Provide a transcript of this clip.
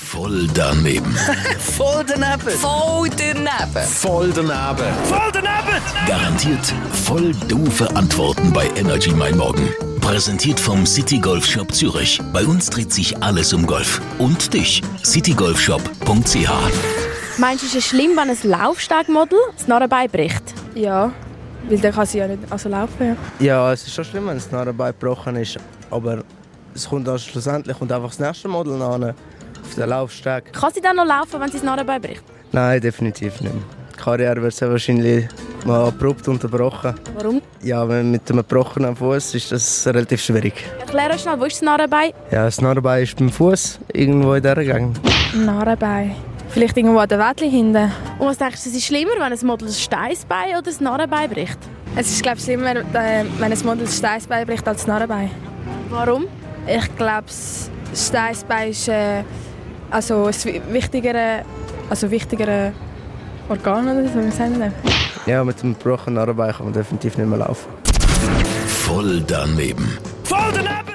Voll daneben. Voll daneben. Voll daneben. Voll daneben. Voll daneben. Garantiert voll doofe Antworten bei Energy Mein Morgen. Präsentiert vom City Golf Shop Zürich. Bei uns dreht sich alles um Golf. Und dich, citygolfshop.ch. Meinst du, ist es schlimm, wenn ein Laufstegmodel das Narrenbein bricht? Ja, weil dann kann sie ja nicht also laufen. Ja. Ja, es ist schon schlimm, wenn das Narrenbein gebrochen ist. Aber es kommt dann schlussendlich kommt einfach das nächste Model an. Auf den Laufsteg. Kann sie dann noch laufen, wenn sie das Narrenbein bricht? Nein, definitiv nicht. Die Karriere wird sehr wahrscheinlich mal abrupt unterbrochen. Warum? Ja, wenn mit einem gebrochenen Fuß ist das relativ schwierig. Erklär uns schnell, wo ist das Narrenbein? Ja, das Narrenbein ist beim Fuß irgendwo in dieser Gegend. Narrenbein. Vielleicht irgendwo an der Wädli hinten. Und was denkst du, es ist schlimmer, wenn ein Model ein Steißbein oder das Narrenbein bricht? Es ist glaube ich schlimmer, äh, wenn ein Model das Steißbein bricht als das Narrenbein. Warum? Ich glaube, das Steißbein ist äh, also ein wi- wichtigere, also wichtigere Organ oder so, wie sagen wir das? Ja, mit einem gebrochenen Narrenbein kann man definitiv nicht mehr laufen. Voll daneben. Voll daneben.